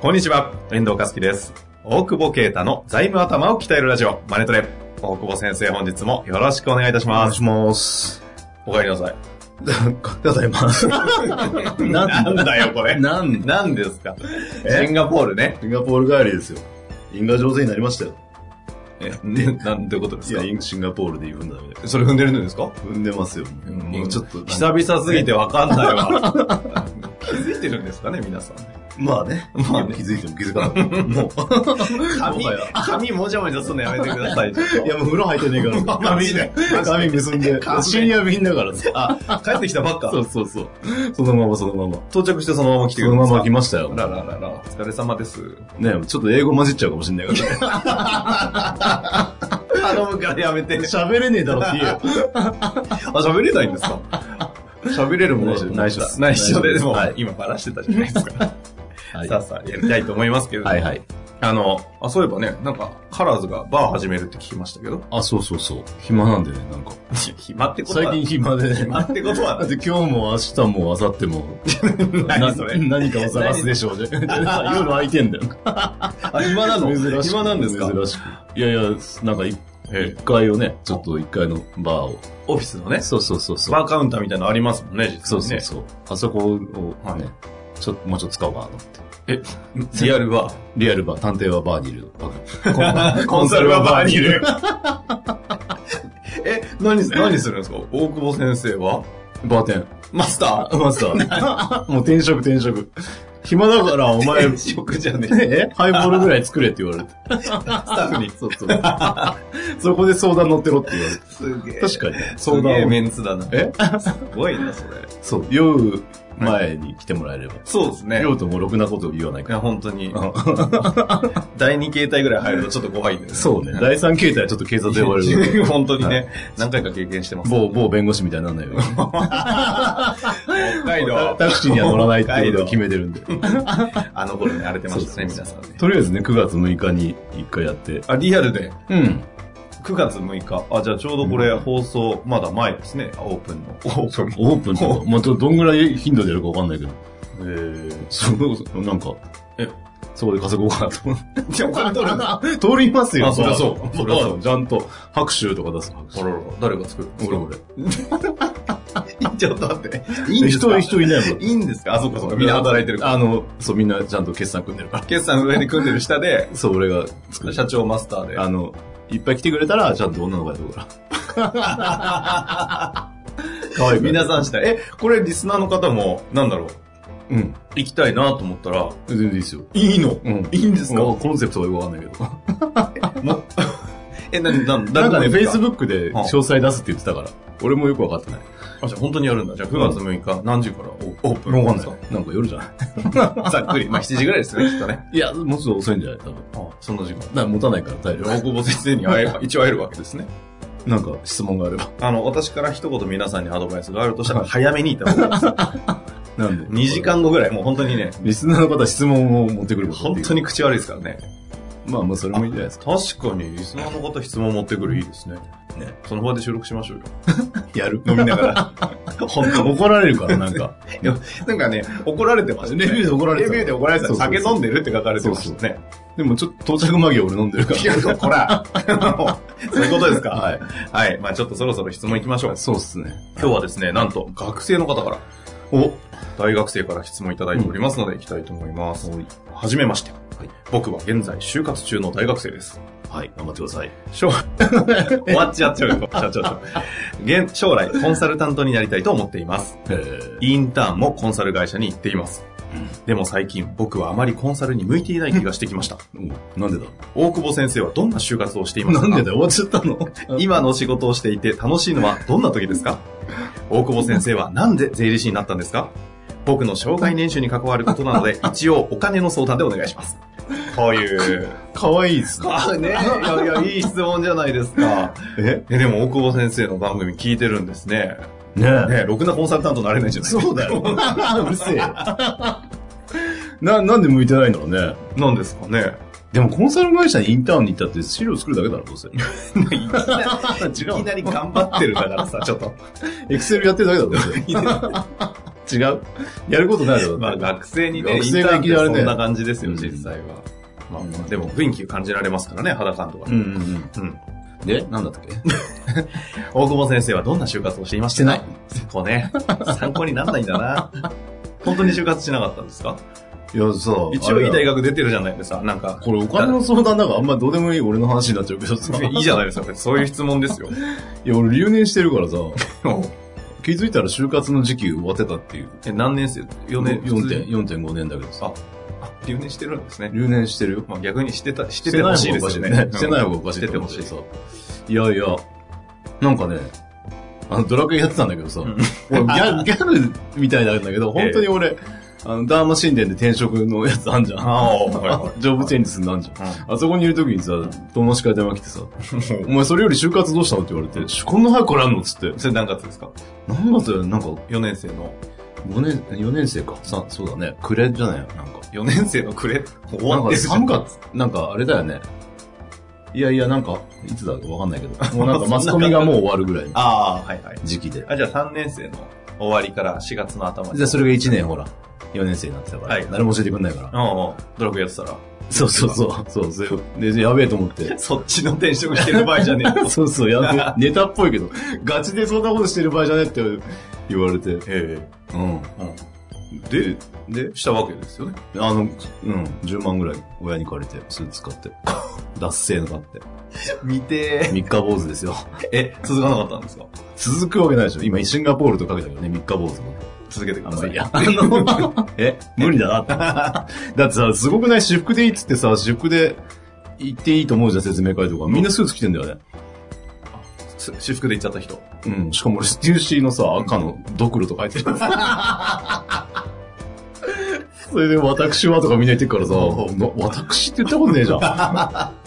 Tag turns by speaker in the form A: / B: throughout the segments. A: こんにちは、遠藤和樹です。大久保啓太の財務頭を鍛えるラジオ、マネトレ。大久保先生、本日もよろしくお願いいたし
B: お願
A: ま
B: い
A: す。
B: します。
A: お帰りなさい。
B: ただい ま。
A: なんだよ、これ。
B: なんだ
A: なんですか
B: え
A: シンガポールね。
B: シンガポール帰りですよ。因果上手になりましたよ。
A: え、ね、 なんてことで
B: い
A: す
B: や、
A: か
B: 因シンガポールで言うんだみたい
A: それ踏んでるんですか
B: な。踏んでますよ。
A: うん
B: もうちょっと。
A: 久々すぎてわかんないわ。 気づいてるんですかね、皆さん。
B: まあね。
A: まあね
B: 気づいても気づかなくても。も
A: 髪
B: もはや、
A: 髪もじゃもじゃすんのやめてください。ちょっと
B: う。いや、もう風呂入ってねえから。
A: 髪ね
B: 髪結ん で。
A: 髪
B: 深夜便だからさ。
A: あ、 帰ってきたばっか。
B: そうそうそう。そのままそのまま。
A: 到着してそのまま来て
B: そ
A: くれるんで
B: のます
A: か
B: ま来ましたよ。
A: あらららら、お疲れ様です。
B: ねちょっと英語混じっちゃうかもしんないから。
A: 頼むからやめ て。
B: 喋れねえだろって言えよ。
A: あ、喋れないんですか喋れるものじゃない
B: 内緒です
A: 内緒で、でも、
B: はい
A: 今バラしてたじゃないですか。
B: はい
A: さあさあ、やりたいと思いますけれども。
B: はいはい。
A: あの、あ、そういえばね、なんか、カラーズがバー始めるって聞きましたけど。
B: あ、そうそうそう。暇なんでね、なんか。
A: 暇ってことは
B: 最近暇 でね。
A: 暇ってことは
B: だって今日も明日も明後日も
A: 何それ
B: な何かを探すでしょう ね。夜空いてんだよ。
A: あ、暇なの
B: 珍し く
A: 暇なんですか
B: 珍しく。いやいや、なんかい
A: ええ
B: 一階をね、ちょっと一階のバーを。
A: オフィスのね、
B: そうそうそうそう。
A: バーカウンターみたいなのありますもんね、実
B: そう
A: は
B: そう
A: ね。
B: そう。あそこをね、
A: はい
B: ちょっともうちょっと使おうかなと思って。
A: リアルバー。
B: リアルバー、探偵はバー にいる。
A: コンサルはバーにいる。 え、何す、何するんですか大久保先生は
B: バーテン。
A: マスター
B: マスタ ー。 もう転職転職。暇だからお前、
A: 転職じゃね え。
B: え ハイボールぐらい作れって言われて。
A: スタッフに。
B: そうそう。そこで相談乗ってろって言われて。
A: すげえ。
B: 確かに。
A: す
B: 相
A: げえ
B: 談を。
A: メンツだな。
B: え
A: すごいな、それ。
B: そう。酔う前に来てもらえれば。
A: そうですね。
B: 酔うともうろくなこと言わない
A: い
B: か
A: や、本当に。
B: ら。
A: 第2形態ぐらい入るとちょっと怖いんだよね。
B: そうね。第三形態はちょっと警察で呼ばれ る。
A: 本当に
B: は
A: ね、何回か経験してます。
B: 某、某弁護士みたいにならない ように。
A: 北海道。
B: タクシーには乗らないっていうことを
A: 北海
B: 決めてるんで。
A: 道あの頃に荒れてましたね、
B: そう
A: 皆
B: そ
A: さんね。
B: とりあえずね、9月6日に一回やって。
A: あ、リアルで。
B: うん。
A: 9月6日。あ、じゃあちょうどこれ放送、まだ前ですね。オープンの。オープンの。
B: オープンとか、まあ、どどんぐらい頻度でやるかわかんないけど。えー、そう、なんか、
A: え
B: そこで稼ごうかなと思って。
A: じゃあお金取るんだ。
B: 通りますよ。
A: あそりゃそう
B: そりゃそう。ちゃんと拍手とか出す。拍手。
A: あらら、誰が作るんですか
B: 俺。
A: ちょっと待って。いいん
B: 一
A: ですか
B: 人一人いないもん。
A: いいんですかあ、そうかそうか。みんな働いてるから。
B: あの、そう、みんなちゃんと決算組んでるか
A: 決算の上に組んでる下 で、
B: ら。そう、俺が作る。
A: 社長マスターで。
B: あの、いっぱい来てくれたら、ちゃんと女の子やってるから。 可愛い
A: 皆
B: ん。
A: さんしたい。え、これリスナーの方も、なんだろう、
B: うん。
A: 行きたいなと思ったら、
B: 全然いいですよ。
A: いいの
B: うん。
A: いいんですか
B: コンセプトはよくわ かんないけど。
A: え、なに、な、
B: なんかね、
A: フェイスブッ
B: Facebook で詳細出すって言ってたから。俺もよくわかってない。
A: ク。あ、じゃあ本当にやるんだ。じゃあ9月6日、何時からおオープン
B: わかんない。なんか夜じゃない
A: い。ざっくり。まあ7時ぐらいですね、きっとね。
B: いや、もうちょっと遅いんじゃない多分。
A: あ、その時間。
B: なんか持たないから、体
A: 大
B: 力。
A: 久保先生に会えば、 一応会えるわけですね。
B: なんか質問があれば。
A: あの、私から一言皆さんにアドバイスがあるとしたら、早めに行った 方がいい
B: なんで。
A: です。2時。間後ぐらい、もう本当にね、
B: リスナーの方は質問を持ってくること
A: 本当
B: に。
A: に口悪いですからね。
B: まあまあ、それもいいんじゃないですか。
A: 確かに、リスナーの方質問持ってくるいいですね。ね。その場で収録しましょうよ。
B: やる。
A: 飲みながら。本当
B: 怒られるから、なん か。
A: なんかね、怒られてましたね。
B: レビューで怒られてた
A: レビューで怒られてた。
B: そうそうそう
A: 酒飲んでるって書かれてましたね。
B: でもちょっと到着間際俺飲んでるから。
A: いや、ほら。 そういうことですか。はい。
B: はい。
A: まあちょっとそろそろ質問行きましょう。
B: そうっすね。
A: 今日はですね、なんと、学生の方から、お、大学生から質問いただいておりますので、行きたいと思います。はじめまして。
B: はい
A: 僕は現在就活中の大学生です。
B: はい、頑張ってください。
A: 将 終わっちゃっちゃうよ。社長現将来、コンサルタントになりたいと思っています。
B: えー、
A: インターンもコンサル会社に行っています。でも最近、僕はあまりコンサルに向いていない気がしてきました。
B: おなんでだ
A: 大久保先生はどんな就活をしています
B: な
A: か
B: んでだよ終わっちゃったの
A: 今の仕事をしていて楽しいのはどんな時 ですか大久保先生はなんで税理士になったんですか僕の障害年収に関わることなの で、一応お金の相談でお願いします。こういう。
B: かわいいですね。
A: あ、ねいやいや、いい質問じゃないですか。
B: え
A: え、でも大久保先生の番組聞いてるんですね。
B: ねえ。
A: ねろくなコンサルタントになれないじゃない
B: そうだよ。 うるせえ。な、なんで向いてないんだろうね。
A: なんですかね。
B: でもコンサル会社にインターンに行ったって資料作るだけだろ、どう せ。
A: いきなり頑張ってるだからさ、ちょっと。
B: エクセルやってるだけだろ、どう せ。違うやることないだ ろ。
A: まあ学生にね、イ
B: 学
A: ン
B: 生
A: ター
B: が
A: ンっ
B: い
A: て
B: きなりね
A: そんな感じですよ、
B: うん
A: 実際は。まあまあ、でも雰囲気感じられますからね、肌感とか
B: う。んうん
A: うん。
B: うん。で、なんだったっけ
A: 大久保先生はどんな就活をしていました
B: してない。
A: そうね。参考にならないんだ な。本当に就活しなかったんですか
B: いや、さ、
A: 一応いい大
B: が。
A: 学出てるじゃないですか。なんか、
B: これお金の相談だからあんまどうでもいい俺の話になっちゃうけど さ。
A: いいじゃないですか。そういう質問です よ。
B: いや、俺留年してるからさ、
A: お
B: 気づいたら就活の時期終わってたっていう。
A: え、何年生 ?4 年
B: 4
A: 普通
B: 点
A: に
B: 4.5年だけどさ。
A: あ、留年してるんですね。
B: 留年してるよ。
A: まあ逆にしてた、し
B: してて
A: て
B: な
A: ほ
B: い
A: しいで
B: 方がおかし
A: す
B: い
A: よ
B: ね
A: ね。。
B: してない方がおかしい
A: してて
B: と思
A: ほ
B: う
A: しい
B: しさ。いやいや、なんかね、あの、ドラクエやってたんだけどさ、
A: うん
B: 俺ギャギャルみたいなんだけど、本当に俺、あの、ダーマ神殿で転職のやつあんじゃん。
A: ああ、はいはい。
B: ジョブチェンジすんのあんじゃん。
A: うん
B: あそこにいる時にさ、友達から電話来て さ、お前それより就活どうしたのって言われて、こんな早くからんのっつって。
A: それ何月ですか
B: なんだったよ、なんか、
A: ?4 年生の。
B: 5年、4年生か。さ、そうだね。暮れじゃないよ、なんか。
A: 4年生の暮れ終
B: な
A: わ
B: ん
A: っ
B: か
A: てるじゃん
B: 寒かった。なんかあれだよね。いやいや、なんか、いつだかわかんないけど。もうなんかマスコミがもう終わるぐらいの
A: ああ、はいはい。
B: 時期で。
A: あ、じゃあ3年生の終わりから4月の頭に。
B: じゃあそれが1年ほら、4年生になってたから。
A: はい
B: 誰も教えてくんないか
A: う
B: ら。
A: んうん。ドラクエやってたら。
B: そうそうそう。そうそう。で、やべえと思 って。
A: そっちの転職してる場合じゃねえよ
B: そうそう、やべえ。ネタっぽいけど、ガチでそんなことしてる場合じゃねえって言われて。
A: え
B: うん。
A: えうん。
B: で、 で、
A: したわけですよね。
B: あの、うん、10万ぐらい親に借りて、それ使って。脱製の買って。
A: 見て
B: 三日坊主ですよ。
A: え、続かなかったんですか
B: 続くわけないでしょ。今、シンガポールとかけたけどね、三日坊主もね。
A: 続けてく
B: あ
A: だ
B: の
A: さ
B: さ、
A: い。
B: いや、あ の、え、無理だなって思って。 だってさ、すごくない私服でいいっつってさ、私服で行っていいと思うじゃん、説明会とか。みんなスーツ着てんだよね。
A: す私服で行っちゃった人。
B: うん。しかも俺、ステューシーのさ、赤のドクロとか入 ってる。それで、私はとかみんな言ってるからさ、な私って言ったことねえじゃん。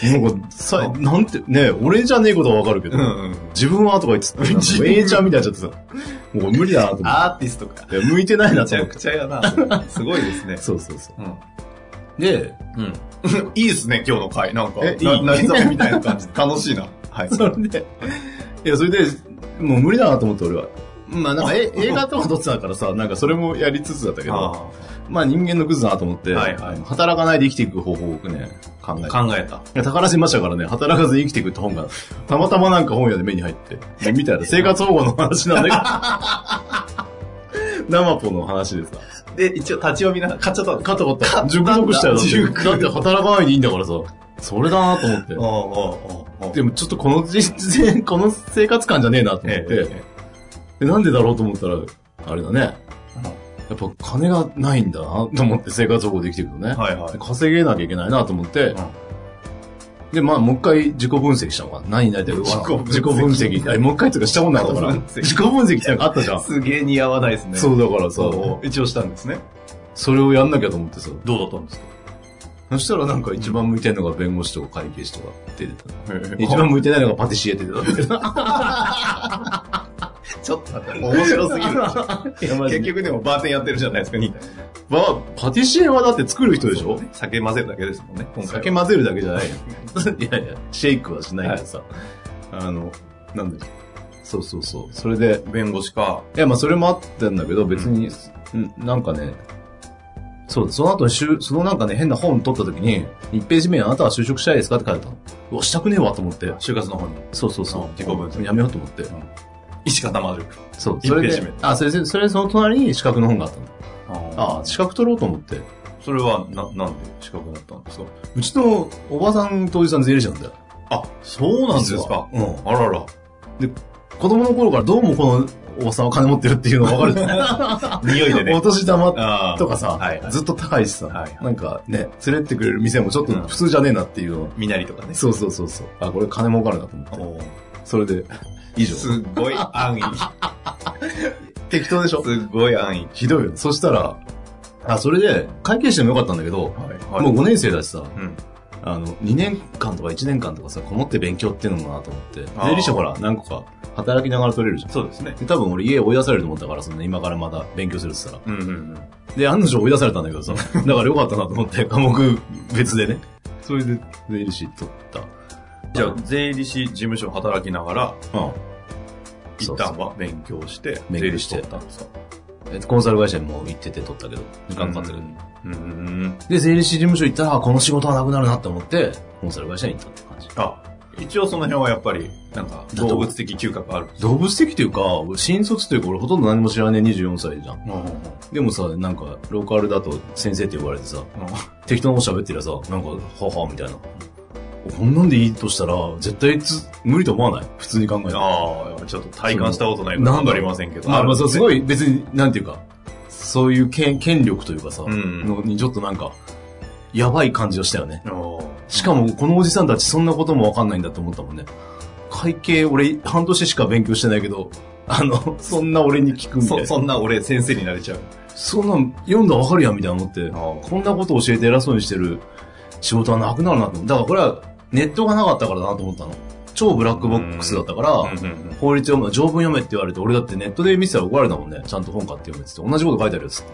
B: なんか、さ、なんて、ねえ俺じゃねえことはわかるけど、
A: うん。
B: 自分はとか言 ってた。
A: 自分
B: ええちゃんみたいになっちゃってさ、もう無理だなと思
A: アーティストか。
B: って。いや向いてないな
A: め
B: と
A: ち
B: 思
A: ゃ
B: っ
A: く
B: て。
A: ちゃやな。すごいですね。
B: そうそうそ
A: う
B: う。
A: ん。
B: で、
A: うん。 いいですね、今日の回。なんか、
B: えいい
A: なりざめみたいな感じ。楽しいな。はい。
B: それで、いや、それで、もう無理だなと思って俺は。まあなんか え映画とか撮ってたからさ、なんかそれもやりつつだったけど、
A: あ
B: まあ人間のクズだなと思って、
A: はいはい
B: 働かないで生きていく方法をね、考
A: ー
B: えて。
A: 考えた。
B: いや宝島社からね、働かずに生きていくって本が、たまたまなんか本屋で目に入って、で見た ら生活保護の話なんだ けど。ナマポの話でさ。
A: で、一応立ち読みな、買っちゃったんです
B: 買ったことあった。熟読したよ。だ
A: 熟
B: ってだって働かないでいいんだからさ。それだなと思って
A: あ。あ、ああ、ああ。
B: でもちょっとこの実践、この生 活感じゃねえなと思っ
A: え
B: て、
A: え、
B: でなんでだろうと思ったら、あれだね。やっぱ金がないんだなと思って生活保護で生きていくとね。
A: はいはい。
B: 稼げなきゃいけないなと思って、
A: ん
B: で、まあ、もう一回自己分析したのかな。何になりたいか
A: 自己分析
B: 自己分析。あもう一回とかしたことないから。
A: 自己分析
B: 自己分析ってなんかあったじゃん。
A: すげえ似合わないですね。
B: そうだからさ、
A: そう。一応したんですね。
B: それをやんなきゃと思ってさ。
A: どうだったんですか
B: そしたらなんか一番向いてんのが弁護士とか会計士とか出てた。
A: 一
B: 一
A: 番
B: 番向いてないのがパティシエって出てたんだけど。
A: ちょっと待って、面白す ぎる。
B: いやマジ
A: 結
B: で
A: 局でもバーテンやってるじゃないですか、に
B: まあ、パティシエはだって作る人でしょ、
A: 酒混ぜるだけですもんね、今回は。
B: 酒混ぜるだけじゃないよ。 いやいや、シェイクはしないけどさ。あの、なんだっけ。そうそうそう。それで、
A: 弁護士か。
B: いや、まあ、それもあったんだけど、別に、うん、なんかね、そう、その後に就、そのなんかね、変な本取った時に、1ページ目にあなたは就職したいですかって書いてあったの。うわ、したくねえわと思って。
A: 就活の方に。
B: そうそうそう。
A: 自己分析
B: やめようと思って。
A: 石固まる。
B: そう、
A: 一
B: それ
A: ページ目
B: で、あ、それ、それ、その隣に資格の本があったの。
A: ああ。
B: あ、資格取ろうと思って。
A: それは、な、なんで資格だったんですか
B: うちのおばさんとおじさん税理士なんだよ。
A: あ、そうなんです
B: 実は
A: か。
B: うん。
A: あらら。
B: 子供の頃からどうもこのおばさんは金持ってるっていうのがわかる。
A: 匂 いでね
B: お。年玉
A: ああ
B: とかさ、
A: はい。
B: ずっと高いしさ、
A: はい
B: なんかね、連れてくれる店もちょっと普通じゃねえなっていうの、
A: みなりとかね。
B: そうそうそうそう。あ、これ金儲かるなと思って。
A: おー
B: それで、以上。
A: すごい安易。
B: 適当でしょ
A: すごい安易。
B: ひどいよ。そしたら、あ、それで、会計士でもよかったんだけど、
A: はい。
B: もう5年生だしさ、
A: うん。
B: あの、2年間とか1年間とかさ、こもって勉強っていうのもなと思って、税
A: あー
B: 理士ほら、何個か働きながら取れるじゃん。
A: そうですね。
B: で、多分俺家追い出されると思ったから、そんな今からまた勉強するって言ったら、
A: うんうんうん。
B: で、案の定追い出されたんだけどさ、 だからよかったなと思って、科目別でね。それで、税理士取った。
A: じゃあ、税理士事務所働きながら、
B: うん。
A: 一旦は勉強して、
B: 勉
A: 税
B: 強
A: 理
B: し
A: 士
B: て
A: 取ったんですか
B: えっとコンサル会社にも行ってて取ったけど、時間かかったけど。
A: うんうん。
B: で、税理士事務所行ったら、あこの仕事はなくなるなって思って、コンサル会社に行ったって感じ。
A: あ、一応その辺はやっぱり、なんか、動物的嗅覚ある。
B: 動物的というか、俺新卒というか俺ほとんど何も知らねえ24歳じゃん。でもさ、なんか、ローカルだと先生って呼ばれてさ、適当なこと喋ってりゃさ、なんか、ははみたいな。こんなんでいいとしたら、絶対つ無理と思わない普通に考えて。
A: ああ、ちょっと体感したことないか
B: そ
A: ら
B: の
A: 頑張りませんけど。
B: まあまあそうす
A: い。
B: ごい別に、なんていうか、そういう権権力というかさ、
A: うん
B: のにちょっとなんか、やばい感じをしたよね。
A: あー
B: しかも、このおじさんたちそんなこともわかんないんだと思ったもんね。会計、俺、半年しか勉強してないけど、あの、そんな俺に聞くみたい
A: そ、
B: な。
A: そんな俺先生になれちゃう。
B: そんなん読んだらわかるやんみたいな思って、こんなこと教えて偉そうにしてる仕事はなくなるなと思って。だからこれはネットがなかったからだなと思ったの。超ブラックボックスだったから、
A: うんうんうん
B: 法律読むの条文読めって言われて、俺だってネットで見せたら怒られたもんね。ちゃんと本買って読めって言って、同じこと書いてあるやつっ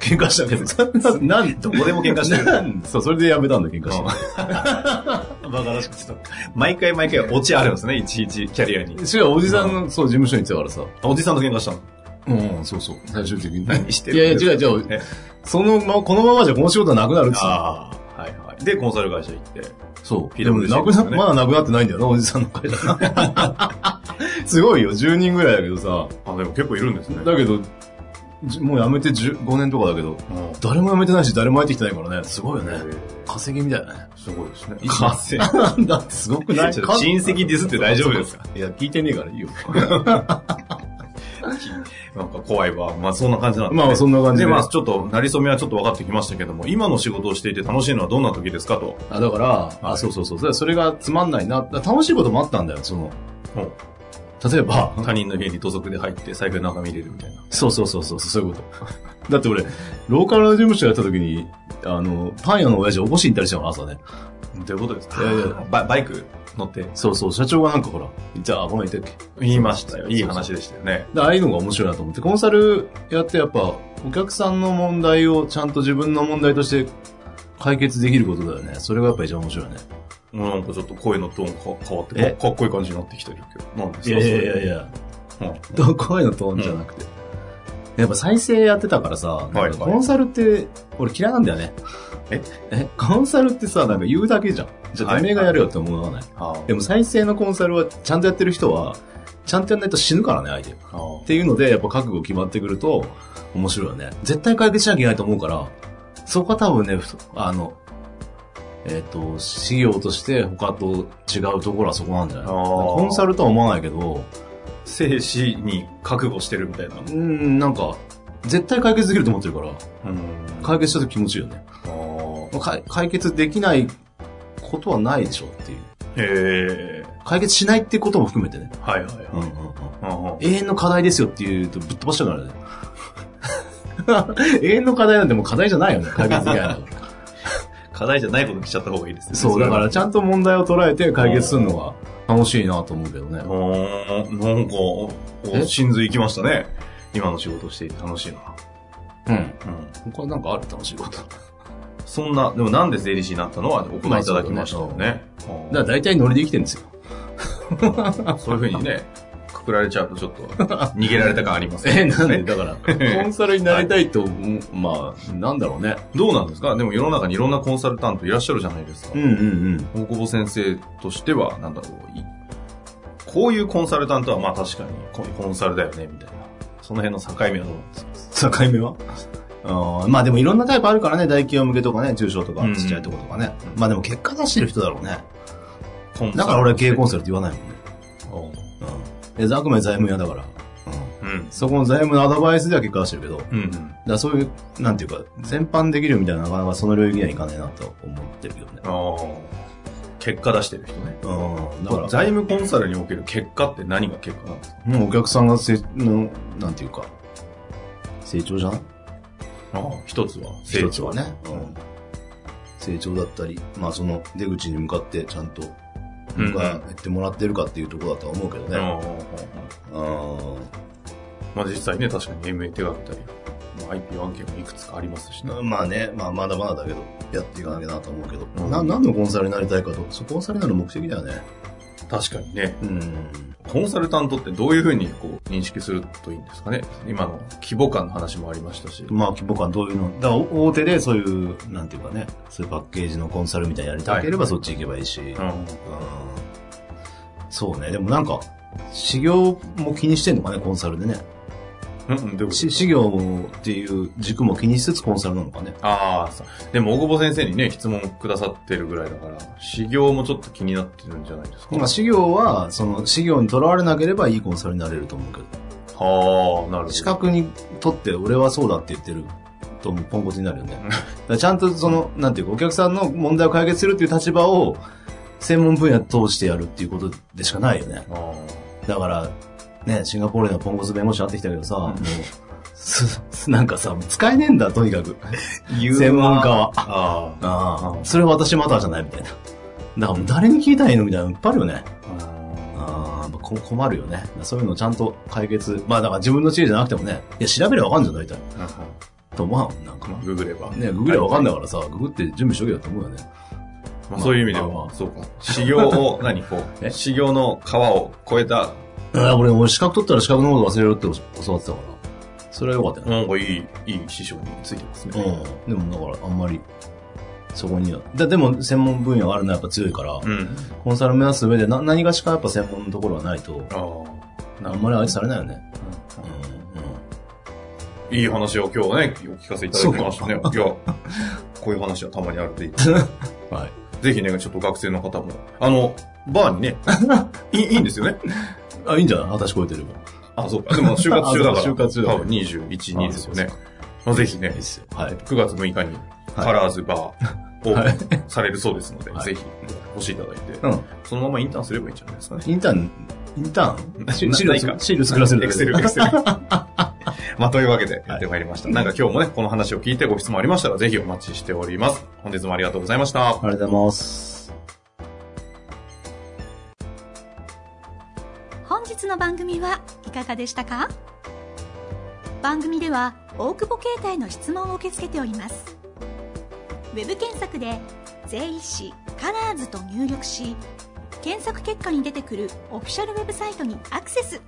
B: て。喧嘩したけど、そん な、なん
A: どこでも喧嘩してる。
B: なんそう、それでやめたんだ、喧嘩して。
A: バカらしくて毎回毎回オチあるんですね、いちいちキャリアに。
B: しかもおじさんの、そう、事務所に行ってたからさ。
A: あおじさんと喧嘩したの
B: うん、そうそう。最終的に。
A: 何してる
B: いやいや、違う違う
A: え。
B: そのま、このままじゃこの仕事はなくなるっつって。
A: ああ、はいはい。で、コンサル会社行って。
B: そう。
A: PWC
B: なく
A: です
B: な、
A: よね
B: まだなくなってないんだよな、おじさんの会社。 すごいよ、10人ぐらいだけどさ。
A: あ、でも結構いるんですね。
B: だけど、じもう辞めて5年とかだけど、誰も辞めてないし、誰も入ってきてないからね。すごいよね。稼ぎみたいだね。
A: すごいですね。
B: 稼ぎ。なんだってすごくない
A: ちょっと親戚ディスって大丈夫ですか
B: いや、聞いてねえからいいよ。
A: なんか怖いわ。まあそんな感じなんですね
B: まあ、そんな感じ
A: で、
B: で。
A: まあ、ちょっと、なりそめはちょっと分かってきましたけども、今の仕事をしていて楽しいのはどんな時ですかと。
B: あだから、あ、そうそうそう。それそれがつまんないな。だから楽しいこともあったんだよ、その。例えば、
A: 他人の家に土足で入って、財布の中見れるみたいな。
B: そうそうそうそう、そういうこと。だって俺、ローカル事務所やった時に、あの、パン屋の親父起こしに行ったりしたの、朝ね。
A: どういうことですか
B: いやいや
A: ババイク乗って。
B: そうそう、社長がなんかほら、じゃあ、この言ったっけ。
A: 言いましたよ。いい
B: そうそ
A: 話でしたよね。
B: でああいうのが面白いなと思って、コンサルやってやっぱ、お客さんの問題をちゃんと自分の問題として解決できることだよね。それがやっぱ一番面白いよね。
A: もうなんかちょっと声のトーンが変わっ
B: え
A: て、かかっこいい感じになってきてるけど。なんですか
B: や。
A: それうん
B: どこへのトーンじゃなくて。やっぱ再生やってたからさ、
A: いはい
B: なんかコンサルって、俺嫌いなんだよね。
A: え
B: えコンサルってさ、なんか言うだけじゃん。じゃあ、
A: はい
B: てめえがやるよって思わない。
A: あ
B: でも再生のコンサルは、ちゃんとやってる人は、ちゃんとやんないと死ぬからね、相手。っ
A: ああ
B: ていうので、やっぱ覚悟決まってくると、面白いよね。絶対解決しなきゃいけないと思うから、そこは多分ね、ふあの、えっ、と、事業として他と違うところはそこなんじゃない
A: あー
B: コンサルとは思わないけど、
A: 生死に覚悟してるみたいな。
B: うん、なんか、絶対解決できると思ってるから、
A: うん
B: 解決したと気持ちいいよね。まあか解決できないことはないでしょっていう。
A: へえ。
B: 解決しないってことも含めてね。
A: はいはいはい。
B: うんうんうん。
A: あ
B: 永遠の課題ですよって言うとぶっ飛ばしたからね。 永遠の課題なんてもう課題じゃないよね。解決でき ないんだから。
A: あ課題じゃないことにしちゃった方がいいですね。
B: そう、だからちゃんと問題を捉えて解決するのが楽しいなと思うけどね。
A: おーなんか、お
B: え
A: 心髄行きましたね。今の仕事をしていて楽しいな。
B: うん。
A: うん。
B: 他なんかある楽しいこと。だか
A: そんな、でもなんで税理士になったのはお答えいただきましたよね。あ
B: ら大体ノリで生きてるんですよ。
A: ーそういうふうにね、くくられちゃうとちょっと逃げられた感ありますね。
B: え、なんで だから、コンサルになりたいと、うんまあ、なんだろうね。
A: どうなんですかでも世の中にいろんなコンサルタントいらっしゃるじゃないですか。
B: うんうん
A: 大久保先生としては、なんだろうい、こういうコンサルタントは、まあ確かにココンサルだよね、みたいな。その辺の境目はどうなんですか
B: 境目はあーまあでもいろんなタイプあるからね、大企業向けとかね、中小とか
A: うん
B: ちっちゃいとことかね。まあでも結果出してる人だろうね。
A: コンサル
B: だから俺は経営コンサルって言わないもんね。
A: おう
B: うん。え、あくまで財務屋だから。うん。
A: うん。
B: そこの財務のアドバイスでは結果出してるけど、だか
A: うんうん。
B: らそういう、なんていうか、全般できるみたいな、なかなかその領域にはいかないなと思ってるけどね。
A: ああ。結果出してる人ね。
B: うん。だから、
A: 財務コンサルにおける結果って何が結果なんですか
B: もうお客さんがせ、の、なんていうか、成長じゃない
A: ああ、一つは。
B: 一つはね。うん。成長だったり、まあその出口に向かってちゃんと、
A: うん
B: 僕が言ってもらってるかっていうところだとは思うけど
A: あ
B: ね。
A: あ
B: うん。
A: まあ実際ね、確かに MA 手がけたり、まあ、IPO 案件もいくつかありますしね。
B: まあね、まあまだまだだけど、やっていかなきゃなと思うけど、
A: うん
B: な何のコンサルになりたいかと、そうコンサルになる目的だよね。
A: 確かにね、
B: うん。
A: コンサルタントってどういうふうにこう認識するといいんですかね。今の規模感の話もありましたし。
B: まあ僕はどういうの、だから大手でそういう、なんていうかね、そういうパッケージのコンサルみたいにやりたければそっち行けばいいし、うん
A: うん
B: そうね、でもなんか、修行も気にしてんのかね、コンサルでね。
A: うん、どういうこと
B: し修行っていう軸も気にしつつコンサルなのかね。
A: ああ、そうでも、大久保先生にね、質問くださってるぐらいだから、修行もちょっと気になってるんじゃないですか。
B: まあ修行は、その修行にとらわれなければいいコンサルになれると思うけど。
A: はあ、なるほど。
B: 資格にとって俺はそうだって言ってるとポンコツになるよね。だからちゃんとその、なんていうか、お客さんの問題を解決するっていう立場を専門分野通してやるっていうことでしかないよね。
A: あ
B: だから、ね、シンガポールではポンコツ弁護士になってきたけどさ、
A: ん
B: もうすす なんかさ、使えねえんだ、とにかく。
A: あ。言
B: 専門家は。
A: ああ。
B: ああ、それは私まだじゃないみたいな。だからもう誰に聞いたらいいのみたいなのいっぱいあるよね。ああ、やっぱこ困るよね。そういうのをちゃんと解決。まあだから自分の知恵じゃなくてもね、いや調べればわかんじゃないと。
A: なんか
B: と思わん、なんか。
A: まあ、ググれば。
B: ね、ググりゃわかんないからさ、ググって準備しとけよって思うよね。
A: まあ、そういう意味では、
B: まあまあ
A: そうか。修行を、何こ う、
B: え
A: 修行の川を越えた、
B: あ俺、俺資格取ったら資格のこと忘れるって教わってたから。それはよかったよね。
A: なんかいい、いい師匠についてますね。
B: うん。でもだから、あんまり、そこには。だでも、専門分野があるのはやっぱ強いから、
A: うん。
B: コンサル目指す上でな何がしかやっぱ専門のところはないと、
A: あ
B: あんまり相手されないよね。
A: あ。
B: うん。うん
A: いい話を今日はね、お聞かせいただきましたね。いや、こういう話はたまにあるでいい。
B: はい。
A: ぜひね、ちょっと学生の方も、あの、バーに ね、いいいいんですよね。
B: あ、いいんじゃない私超えてるもん。
A: あ、そうか。でも就活中だから、
B: あそうか就活中だ
A: 多分21、2ですよね
B: あ。
A: まあ、ぜひ
B: いい
A: ね
B: っ、すよ。はい。
A: 9月6日にカラーズバーを、されるそうですので、
B: はい
A: ぜひお越しいただいて、
B: うん。
A: そのままインターンすればいいんじゃないですかね。
B: インターン、インターンシ
A: な
B: シール
A: ないか
B: 作、シール作らせる
A: エ
B: だ
A: ク
B: け
A: セ
B: で
A: ル、エクセル。 まあ、というわけでやってまいりました。なんか今日もね、この話を聞いてご質問ありましたら、ぜひお待ちしております。本日もありがとうございました。
B: ありがとうございます。
C: 本日の番組はいかがでしたか番組では大久保携帯の質問を受け付けておりますウェブ検索で「税理士カラーズと入力し検索結果に出てくるオフィシャルウェブサイトにアクセス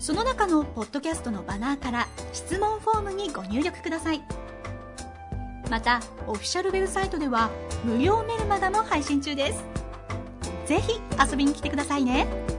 C: その中のポッドキャストのバナーから質問フォームにご入力くださいまたオフィシャルウェブサイトでは無料メルマガも配信中ですぜひ遊びに来てくださいね